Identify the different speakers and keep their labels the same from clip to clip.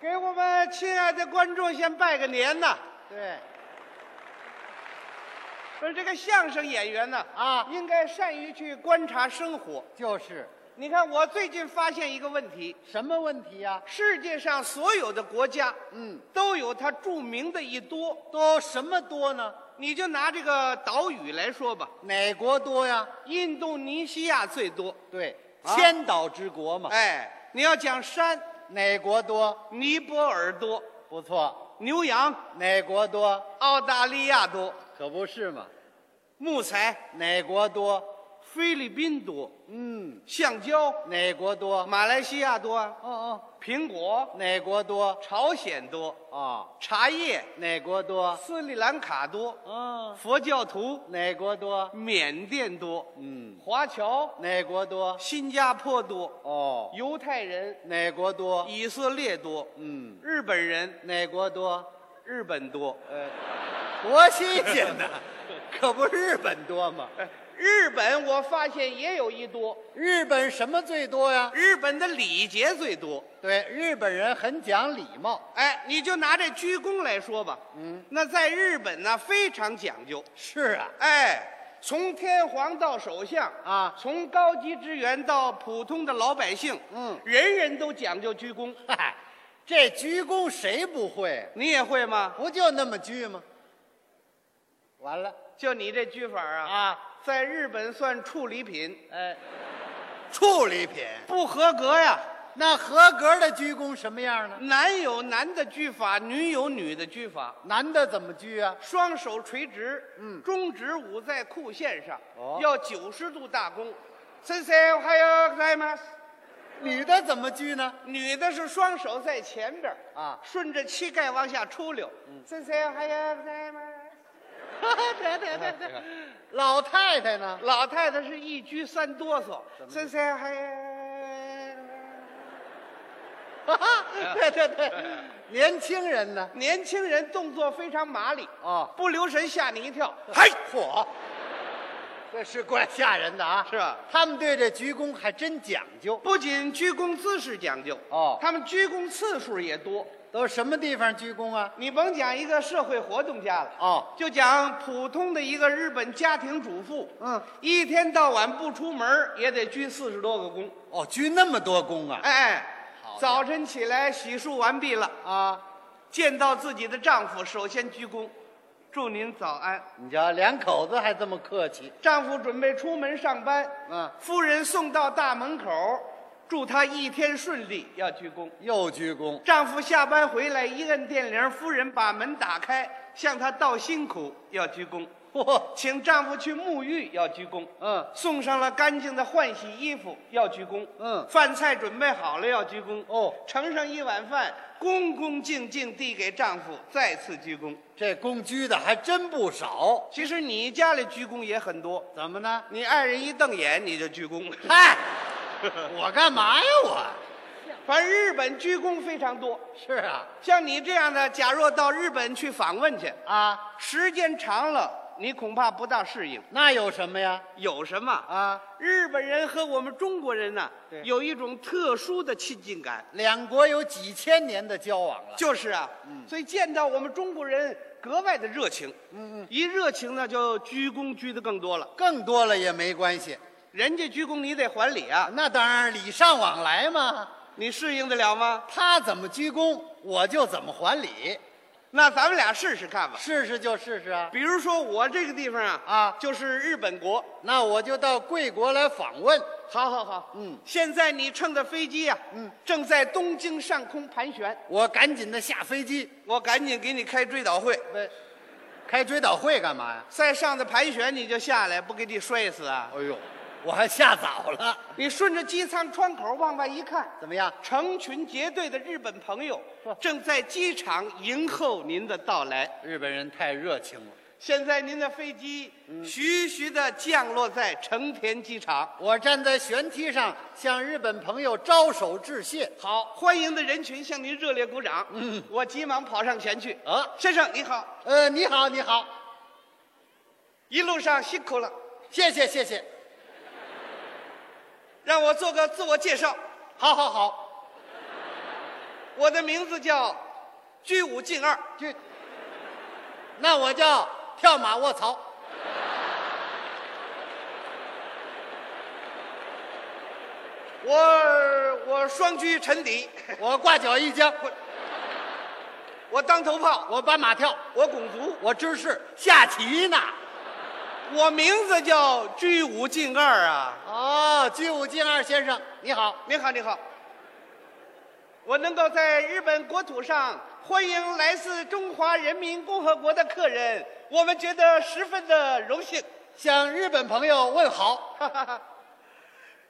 Speaker 1: 给我们亲爱的观众先拜个年呐！
Speaker 2: 对，
Speaker 1: 说这个相声演员呢，
Speaker 2: 啊
Speaker 1: 应该善于去观察生活。
Speaker 2: 就是
Speaker 1: 你看，我最近发现一个问题：
Speaker 2: 什么问题呀、
Speaker 1: 世界上所有的国家，
Speaker 2: 嗯，
Speaker 1: 都有它著名的一多。
Speaker 2: 多什么多呢？
Speaker 1: 你就拿这个岛屿来说吧，
Speaker 2: 哪国多呀？
Speaker 1: 印度尼西亚最多。
Speaker 2: 对，
Speaker 1: 啊
Speaker 2: 千岛之国嘛。
Speaker 1: 哎，你要讲山，
Speaker 2: 哪国多？
Speaker 1: 尼泊尔多，
Speaker 2: 不错。
Speaker 1: 牛羊，
Speaker 2: 哪国多？
Speaker 1: 澳大利亚多，
Speaker 2: 可不是嘛。
Speaker 1: 木材，
Speaker 2: 哪国多？
Speaker 1: 菲律宾多，
Speaker 2: 嗯，
Speaker 1: 橡胶，
Speaker 2: 哪国多？哦
Speaker 1: 马来西亚多啊，
Speaker 2: 哦，
Speaker 1: 苹果，
Speaker 2: 哪国多？
Speaker 1: 朝鲜多，
Speaker 2: 哦，
Speaker 1: 茶叶，
Speaker 2: 哪国多？
Speaker 1: 斯里兰卡多，
Speaker 2: 嗯，
Speaker 1: 佛教徒，
Speaker 2: 哪国多？
Speaker 1: 缅甸多，
Speaker 2: 嗯，
Speaker 1: 华侨，
Speaker 2: 哪国多？
Speaker 1: 新加坡多，
Speaker 2: 哦，
Speaker 1: 犹太人，
Speaker 2: 哪国多？
Speaker 1: 以色列多，
Speaker 2: 嗯，
Speaker 1: 日本人，
Speaker 2: 哪国多？
Speaker 1: 日本多，
Speaker 2: 呃，多新鲜呐！ 可不是日本多吗？
Speaker 1: 日本我发现也有一多，
Speaker 2: 日本什么最多呀？
Speaker 1: 日本的礼节最多。
Speaker 2: 对，日本人很讲礼貌。
Speaker 1: 哎，你就拿这鞠躬来说吧，嗯，那在日本呢非常讲究，
Speaker 2: 是啊，
Speaker 1: 哎，从天皇到首相
Speaker 2: 啊
Speaker 1: 从高级职员到普通的老百姓，
Speaker 2: 嗯
Speaker 1: 人人都讲究鞠躬。
Speaker 2: 嗨，这鞠躬谁不会？
Speaker 1: 你也会吗？
Speaker 2: 不就那么鞠吗？完了
Speaker 1: 就你这鞠法啊，
Speaker 2: 啊，
Speaker 1: 在日本算处理品，
Speaker 2: 哎，处理品。
Speaker 1: 不合格呀。
Speaker 2: 那合格的鞠躬什么样呢？
Speaker 1: 男有男的鞠法，女有女的鞠法，
Speaker 2: 男的怎么鞠啊？
Speaker 1: 双手垂直，
Speaker 2: 嗯
Speaker 1: 中指捂在裤线上，
Speaker 2: 哦
Speaker 1: 要九十度大躬。先生，还有来吗？
Speaker 2: 女的怎么鞠呢？
Speaker 1: 女的是双手在前边儿
Speaker 2: 啊
Speaker 1: 顺着膝盖往下出溜。
Speaker 2: 嗯
Speaker 1: 哎先生，还有来吗？对
Speaker 2: 哎
Speaker 1: 对对对，
Speaker 2: 老太太呢？
Speaker 1: 老太太是一鞠三哆嗦。
Speaker 2: 怎么
Speaker 1: 先生，还有。
Speaker 2: 对对对，年轻人呢？
Speaker 1: 年轻人动作非常麻利，
Speaker 2: 哦，
Speaker 1: 不留神吓你一跳，
Speaker 2: 嗨，嚯，这是怪吓人的啊！
Speaker 1: 是吧？
Speaker 2: 他们对这鞠躬还真讲究，
Speaker 1: 不仅鞠躬姿势讲究，
Speaker 2: 哦
Speaker 1: 他们鞠躬次数也多。
Speaker 2: 都什么地方鞠躬啊？
Speaker 1: 你甭讲一个社会活动家了，
Speaker 2: 哦，
Speaker 1: 就讲普通的一个日本家庭主妇，
Speaker 2: 嗯，
Speaker 1: 一天到晚不出门儿也得鞠四十多个躬。
Speaker 2: 哦，鞠那么多躬啊？
Speaker 1: 哎
Speaker 2: 好，的
Speaker 1: 早晨起来洗漱完毕了，
Speaker 2: 啊，
Speaker 1: 见到自己的丈夫，首先鞠躬，祝您早安。
Speaker 2: 你瞧，两口子还这么客气，
Speaker 1: 丈夫准备出门上班，
Speaker 2: 嗯
Speaker 1: 夫人送到大门口，祝他一天顺利，要鞠躬。
Speaker 2: 又鞠躬，
Speaker 1: 丈夫下班回来一摁电铃，夫人把门打开，向他道辛苦，要鞠躬。
Speaker 2: 嚯，
Speaker 1: 请丈夫去沐浴，要鞠躬。
Speaker 2: 嗯，
Speaker 1: 送上了干净的换洗衣服，要鞠躬。
Speaker 2: 嗯
Speaker 1: 饭菜准备好了，要鞠躬。
Speaker 2: 哦
Speaker 1: 盛上一碗饭，恭恭敬敬递给丈夫，再次鞠躬。
Speaker 2: 这躬鞠的还真不少，
Speaker 1: 其实你家里鞠躬也很多，
Speaker 2: 怎么呢？
Speaker 1: 你爱人一瞪眼你就鞠 躬。
Speaker 2: 嗨， 我干嘛呀我？
Speaker 1: 反正日本鞠躬非常多，
Speaker 2: 是啊，
Speaker 1: 像你这样的，假若到日本去访问去，
Speaker 2: 啊，
Speaker 1: 时间长了，你恐怕不大适应。
Speaker 2: 那有什么呀？
Speaker 1: 有什么啊？
Speaker 2: 啊，
Speaker 1: 日本人和我们中国人呢、
Speaker 2: 对
Speaker 1: 有一种特殊的亲近感。
Speaker 2: 两国有几千年的交往了，
Speaker 1: 就是啊，所以见到我们中国人格外的热情，嗯嗯，一热情呢就鞠躬鞠的更多了，
Speaker 2: 更多了也没关系。
Speaker 1: 人家鞠躬你得还礼啊，
Speaker 2: 那当然，礼尚往来嘛。
Speaker 1: 你适应得了吗？
Speaker 2: 他怎么鞠躬，我就怎么还礼，
Speaker 1: 那咱们俩试试看吧。
Speaker 2: 试试就试试啊。
Speaker 1: 比如说我这个地方啊
Speaker 2: 啊
Speaker 1: 就是日本国，
Speaker 2: 那我就到贵国来访问。
Speaker 1: 好好好，
Speaker 2: 嗯，
Speaker 1: 现在你乘的飞机呀、
Speaker 2: 嗯，
Speaker 1: 正在东京上空盘旋，
Speaker 2: 我赶紧的下飞机，
Speaker 1: 我赶紧给你开追悼会，
Speaker 2: 喂，开追悼会干嘛呀？
Speaker 1: 再上的盘旋你就下来，不给你摔死啊！
Speaker 2: 哎呦，我还吓早了。
Speaker 1: 你顺着机舱窗口往外一看，
Speaker 2: 怎么样？
Speaker 1: 成群结队的日本朋 友正在机场迎候您的到来。
Speaker 2: 日本人太热情了。
Speaker 1: 现在您的飞机
Speaker 2: 嗯
Speaker 1: 徐徐地降落在成田机场，
Speaker 2: 我站在舷梯上向日本朋友招手致谢。好，
Speaker 1: 欢迎的人群向您热烈鼓掌。嗯，我急忙跑上前去。
Speaker 2: 啊
Speaker 1: 先生你好，
Speaker 2: 呃，你好，你好，
Speaker 1: 一路上辛苦了，
Speaker 2: 谢谢，谢谢。
Speaker 1: 让我做个自我介绍。
Speaker 2: 好好好，
Speaker 1: 我的名字叫居五进二，
Speaker 2: 这，那我叫跳马卧槽。
Speaker 1: 我我双居沉底，
Speaker 2: 我挂脚一僵，
Speaker 1: 我当头炮，
Speaker 2: 我搬马跳，
Speaker 1: 我拱足，
Speaker 2: 我知是下棋呢。
Speaker 1: 我名字叫居五进二啊。
Speaker 2: 哦，居五进二先生，你好，
Speaker 1: 您好，您好。我能够在日本国土上欢迎来自中华人民共和国的客人，我们觉得十分的荣幸。
Speaker 2: 向日本朋友问好。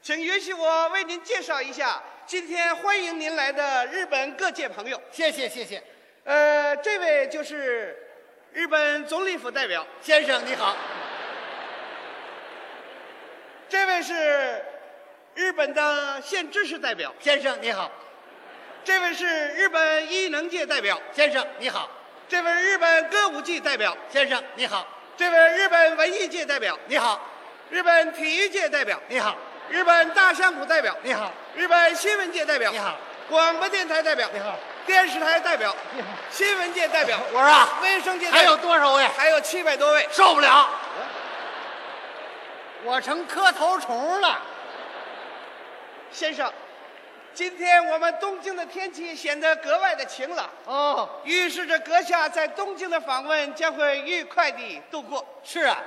Speaker 1: 请允许我为您介绍一下今天欢迎您来的日本各界朋友。
Speaker 2: 谢谢谢谢，
Speaker 1: 呃，这位就是日本总理府代表，
Speaker 2: 先生你好，
Speaker 1: 这位是日本的县知事代表，
Speaker 2: 先生你好，
Speaker 1: 这位是日本艺能界代表，
Speaker 2: 先生你好，
Speaker 1: 这位日本歌舞伎代表，
Speaker 2: 先生你好，
Speaker 1: 这位日本文艺界代表，
Speaker 2: 你好
Speaker 1: 日本体育界代表，
Speaker 2: 你好
Speaker 1: 日本大相扑代表，
Speaker 2: 你好
Speaker 1: 日本新闻界代表，
Speaker 2: 你好，
Speaker 1: 广播电台代表，
Speaker 2: 你好，
Speaker 1: 电视台代表，新闻界代表，
Speaker 2: 我说啊，
Speaker 1: 卫生界代
Speaker 2: 还有
Speaker 1: 表，
Speaker 2: 多少位？
Speaker 1: 还有七百多位。
Speaker 2: 受不了，我成磕头虫了。
Speaker 1: 先生，今天我们东京的天气显得格外的晴朗，
Speaker 2: 哦，
Speaker 1: 预示着阁下在东京的访问将会愉快地度过。
Speaker 2: 是啊，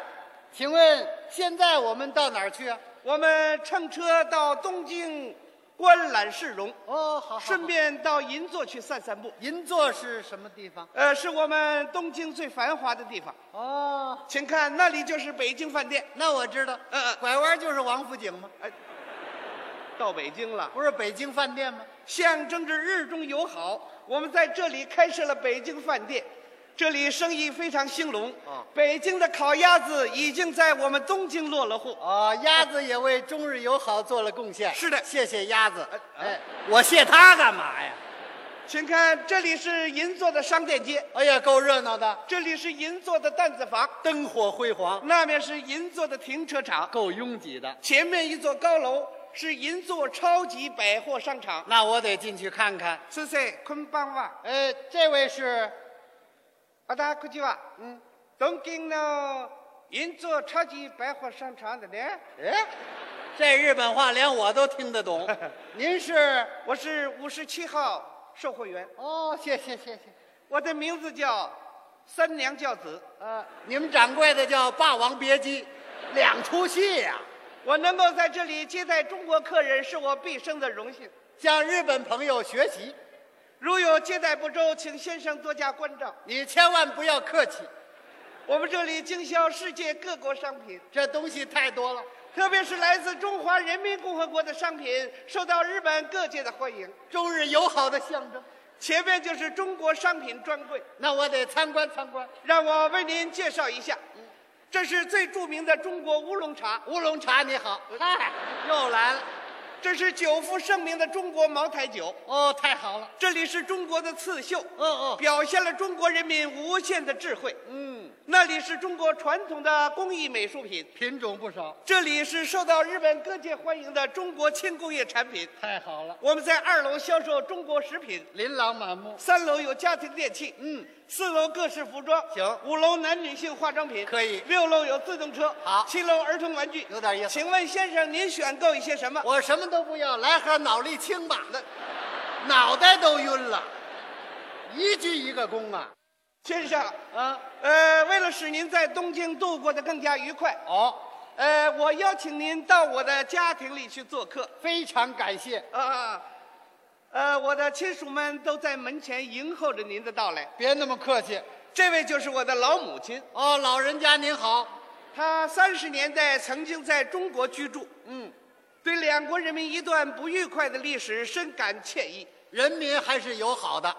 Speaker 2: 请问现在我们到哪儿去啊？
Speaker 1: 我们乘车到东京观览市容，
Speaker 2: 哦，好，
Speaker 1: 顺便到银座去散散步。
Speaker 2: 银座是什么地方？
Speaker 1: 呃，是我们东京最繁华的地方，
Speaker 2: 哦，
Speaker 1: 请看那里就是北京饭店。
Speaker 2: 那我知道，
Speaker 1: 嗯嗯
Speaker 2: 拐弯就是王府井吗？
Speaker 1: 到北京了，
Speaker 2: 不是北京饭店吗？
Speaker 1: 象征着日中友好，我们在这里开设了北京饭店，这里生意非常兴隆。
Speaker 2: 哦
Speaker 1: 北京的烤鸭子已经在我们东京落了户。
Speaker 2: 哦，鸭子也为中日友好做了贡献。
Speaker 1: 是的
Speaker 2: 谢谢鸭子
Speaker 1: 哎。啊
Speaker 2: 哎，我谢他干嘛呀？
Speaker 1: 请看，这里是银座的商店街，
Speaker 2: 哎呀，够热闹的，
Speaker 1: 这里是银座的担子房，
Speaker 2: 灯火辉煌，
Speaker 1: 那边是银座的停车场，
Speaker 2: 够拥挤的。
Speaker 1: 前面一座高楼是银座超级百货商场。
Speaker 2: 那我得进去看看。
Speaker 1: 先生，昆邦哇。
Speaker 2: 哎，这位是
Speaker 1: あたこちは、うん、東嗯京の銀座超级百货商场的呢，
Speaker 2: 哎，这日本话连我都听得 懂。您是？
Speaker 1: 我是五十七号售货员，
Speaker 2: 哦，谢谢谢谢。
Speaker 1: 我的名字叫三娘教子，
Speaker 2: 呃，你们掌柜的叫《霸王别姬》，两出戏呀、
Speaker 1: 我能够在这里接待中国客人是我毕生的荣幸，
Speaker 2: 向日本朋友学习，
Speaker 1: 如有接待不周，请先生多加关照。
Speaker 2: 你千万不要客气，
Speaker 1: 我们这里经销世界各国商品，
Speaker 2: 这东西太多了。
Speaker 1: 特别是来自中华人民共和国的商品，受到日本各界的欢迎。
Speaker 2: 中日友好的象征，
Speaker 1: 前面就是中国商品专柜。
Speaker 2: 那我得参观参观。
Speaker 1: 让我为您介绍一下，
Speaker 2: 嗯
Speaker 1: 这是最著名的中国乌龙茶，
Speaker 2: 乌龙茶你好，嗨，又来了，
Speaker 1: 这是久负盛名的中国茅台酒，
Speaker 2: 哦，太好了，
Speaker 1: 这里是中国的刺绣，
Speaker 2: 嗯嗯
Speaker 1: 表现了中国人民无限的智慧。
Speaker 2: 嗯，
Speaker 1: 那里是中国传统的工艺美术品，
Speaker 2: 品种不少，
Speaker 1: 这里是受到日本各界欢迎的中国轻工业产品。
Speaker 2: 太好了，
Speaker 1: 我们在二楼销售中国食品，
Speaker 2: 琳琅满目，
Speaker 1: 三楼有家庭电器，
Speaker 2: 嗯，
Speaker 1: 四楼各式服装，
Speaker 2: 行
Speaker 1: 五楼男女性化妆品，
Speaker 2: 可以
Speaker 1: 六楼有自动车，
Speaker 2: 好
Speaker 1: 七楼儿童玩具，
Speaker 2: 有点意思
Speaker 1: 请问先生，您选购一些什么？
Speaker 2: 我什么都不要，来盒脑力清吧，那脑袋都晕了，一鞠一个躬啊，
Speaker 1: 先生，
Speaker 2: 啊，
Speaker 1: 呃，为了使您在东京度过得更加愉快，
Speaker 2: 哦，
Speaker 1: 呃，我邀请您到我的家庭里去做客。
Speaker 2: 非常感谢，
Speaker 1: 啊、呃，我的亲属们都在门前迎候着您的到来。
Speaker 2: 别那么客气。
Speaker 1: 这位就是我的老母亲，
Speaker 2: 哦，老人家您好，
Speaker 1: 她三十年代曾经在中国居住，
Speaker 2: 嗯，
Speaker 1: 对两国人民一段不愉快的历史深感歉意。
Speaker 2: 人民还是友好的。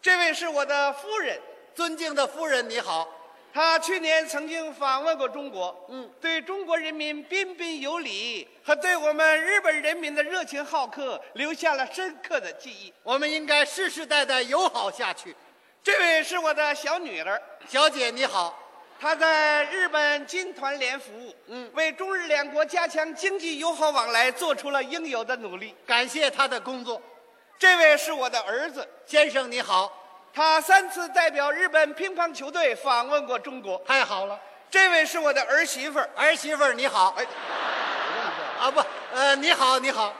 Speaker 1: 这位是我的夫人，
Speaker 2: 尊敬的夫人你好，
Speaker 1: 她去年曾经访问过中国，
Speaker 2: 嗯，
Speaker 1: 对中国人民彬彬有礼和对我们日本人民的热情好客留下了深刻的记忆。
Speaker 2: 我们应该世世代代友好下去。
Speaker 1: 这位是我的小女儿，
Speaker 2: 小姐你好，
Speaker 1: 她在日本金团联服务，嗯，为中日两国加强经济友好往来做出了应有的努力。
Speaker 2: 感谢她的工作。
Speaker 1: 这位是我的儿子，
Speaker 2: 先生你好，
Speaker 1: 他三次代表日本乒乓球队访问过中国。
Speaker 2: 太好了。
Speaker 1: 这位是我的儿媳妇儿，
Speaker 2: 儿媳妇儿你好，
Speaker 1: 哎，
Speaker 2: 啊不，呃你好你好，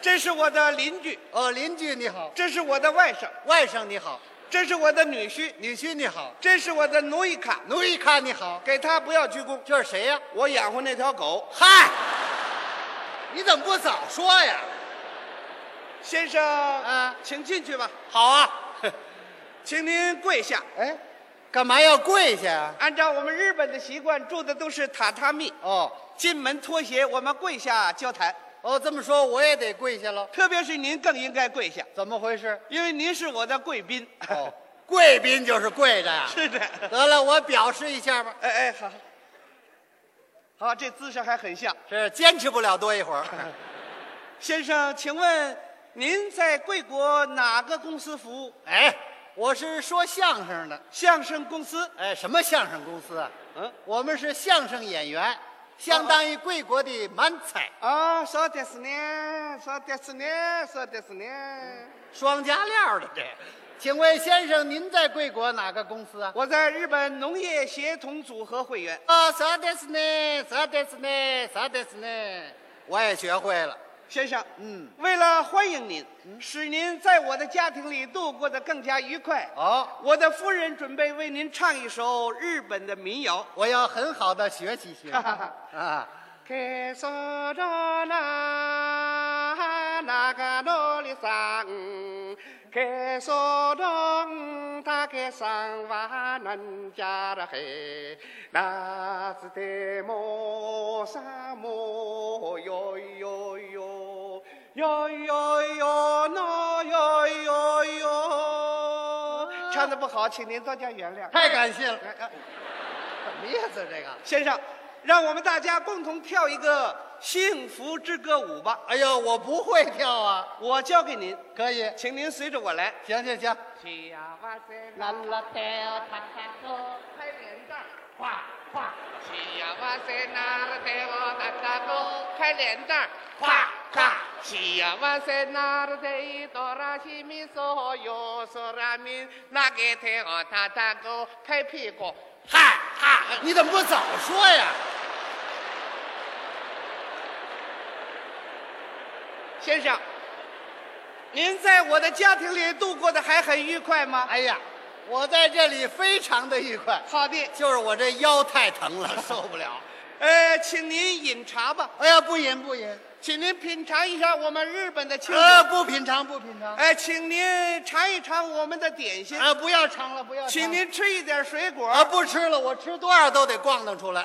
Speaker 1: 这是我的邻居，
Speaker 2: 哦邻居你好，
Speaker 1: 这是我的外甥，
Speaker 2: 外甥你好，
Speaker 1: 这是我的女婿，
Speaker 2: 女婿你好，
Speaker 1: 这是我的奴役卡。
Speaker 2: 奴役看你好，
Speaker 1: 给他不要鞠躬，
Speaker 2: 这是谁呀、
Speaker 1: 我养活那条狗。
Speaker 2: 嗨，你怎么不早说呀？
Speaker 1: 先生，
Speaker 2: 啊
Speaker 1: 请进去吧，
Speaker 2: 好啊，
Speaker 1: 请您跪下。
Speaker 2: 哎，干嘛要跪下啊？
Speaker 1: 按照我们日本的习惯，住的都是榻榻米，
Speaker 2: 哦
Speaker 1: 进门脱鞋，我们跪下交谈。
Speaker 2: 哦，这么说我也得跪下了，
Speaker 1: 特别是您更应该跪下，
Speaker 2: 怎么回事？
Speaker 1: 因为您是我的贵宾。
Speaker 2: 哦， 贵宾就是跪着呀、
Speaker 1: 是的。
Speaker 2: 得了，我表示一下吧，
Speaker 1: 哎哎，好，好，这姿势还很像。
Speaker 2: 这坚持不了多一会儿。
Speaker 1: 先生，请问您在贵国哪个公司服务？
Speaker 2: 哎，我是说相声的，
Speaker 1: 相声公司。
Speaker 2: 哎，什么相声公司啊？
Speaker 1: 嗯，哦
Speaker 2: 我们是相声演员，相当于贵国的满彩，
Speaker 1: 啊，说的是呢，说的是呢，说的是呢。
Speaker 2: 双加料的这。请问先生，您在贵国哪个公司啊？
Speaker 1: 我在日本农业协同组合会员。
Speaker 2: 啊，啥的是呢？啥的是呢？啥的是呢？我也学会了。
Speaker 1: 先生，
Speaker 2: 嗯，
Speaker 1: 为了欢迎您，使您在我的家庭里度过得更加愉快，
Speaker 2: 哦，
Speaker 1: 我的夫人准备为您唱一首日本的民 谣。
Speaker 2: 我要很好的学习学习啊。
Speaker 1: 开说着那那个努力上，开说着他给上瓦人家的黑，那是的么啥么哟哟哟哟哟哟那哟哟哟，唱的不好，请您多加原谅。
Speaker 2: 太感谢了。
Speaker 1: 哎
Speaker 2: 什么意思？这个？
Speaker 1: 先生，让我们大家共同跳一个《幸福之歌舞》吧，
Speaker 2: 哎呦，我不会跳啊。
Speaker 1: 我教给您，
Speaker 2: 可以，
Speaker 1: 请您随着我来。
Speaker 2: 行行行。
Speaker 1: 啊
Speaker 3: 啦啦跳踏踏歌，
Speaker 1: 拍脸蛋，
Speaker 3: 哗哗
Speaker 1: 喜呀哇塞那拉得我哒哒歌，拍脸蛋，
Speaker 3: 哗哗，
Speaker 1: 喜呀哇塞那拉得一哆啦西咪嗦哟嗦啦咪，那给得我哒哒歌，拍屁股。
Speaker 2: 嗨嗨，你怎么不早说呀？
Speaker 1: 先生，您在我的家庭里度过的还很愉快吗？
Speaker 2: 哎呀，我在这里非常的愉快，
Speaker 1: 好的，
Speaker 2: 就是我这腰太疼了，受 不了。
Speaker 1: 呃，请您饮茶吧。
Speaker 2: 哎呀，不饮不饮，
Speaker 1: 请您品尝一下我们日本的清酒。
Speaker 2: 呃，不品尝不品尝，
Speaker 1: 哎，请您尝一尝我们的点心，
Speaker 2: 啊，不要尝了不要尝了。
Speaker 1: 请您吃一点水果。
Speaker 2: 啊，不吃了，我吃多少都得逛荡 出来，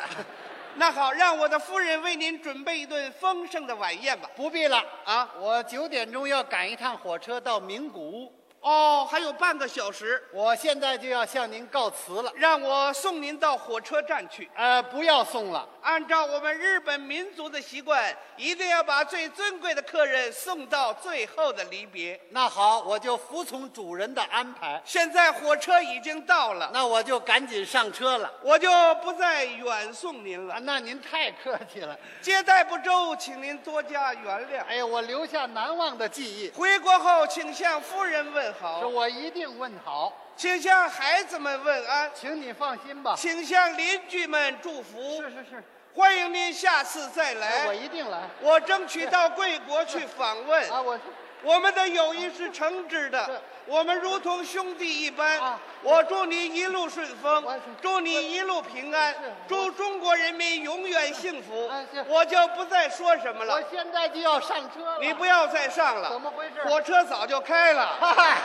Speaker 1: 那好，让我的夫人为您准备一顿丰盛的晚宴吧。
Speaker 2: 不必了
Speaker 1: 啊。
Speaker 2: 我九点钟要赶一趟火车到名古屋，
Speaker 1: 哦，还有半个小时，
Speaker 2: 我现在就要向您告辞了。
Speaker 1: 让我送您到火车站去。
Speaker 2: 呃，不要送了，
Speaker 1: 按照我们日本民族的习惯，一定要把最尊贵的客人送到最后的离别。
Speaker 2: 那好，我就服从主人的安排，
Speaker 1: 现在火车已经到了，
Speaker 2: 那我就赶紧上车了。
Speaker 1: 我就不再远送您
Speaker 2: 啊，
Speaker 1: 了。
Speaker 2: 那您太客气了。
Speaker 1: 接待不周，请您多加原谅。
Speaker 2: 哎呀，我留下难忘的记忆，
Speaker 1: 回国后，请向夫人问
Speaker 2: 是
Speaker 1: 好，
Speaker 2: 我一定问好，
Speaker 1: 请向孩子们问安，
Speaker 2: 请你放心吧。
Speaker 1: 请向邻居们祝福
Speaker 2: 是。是是，
Speaker 1: 欢迎您下次再
Speaker 2: 哎我
Speaker 1: 来。
Speaker 2: 一定来。
Speaker 1: 我争取到贵国去访问。
Speaker 2: 啊，我
Speaker 1: 我们的友谊是诚挚的
Speaker 2: 是，
Speaker 1: 我们如同兄弟一般
Speaker 2: 啊。
Speaker 1: 我祝你一路顺风
Speaker 2: 我是，
Speaker 1: 祝你一路平安
Speaker 2: 是，
Speaker 1: 祝中国人民永远幸福
Speaker 2: 哎是。
Speaker 1: 我就不再说什么了
Speaker 2: 我，现在就要上车了。
Speaker 1: 你不要再上
Speaker 2: 怎
Speaker 1: 了，
Speaker 2: 么回事？
Speaker 1: 火车早就开了。
Speaker 2: 嗨。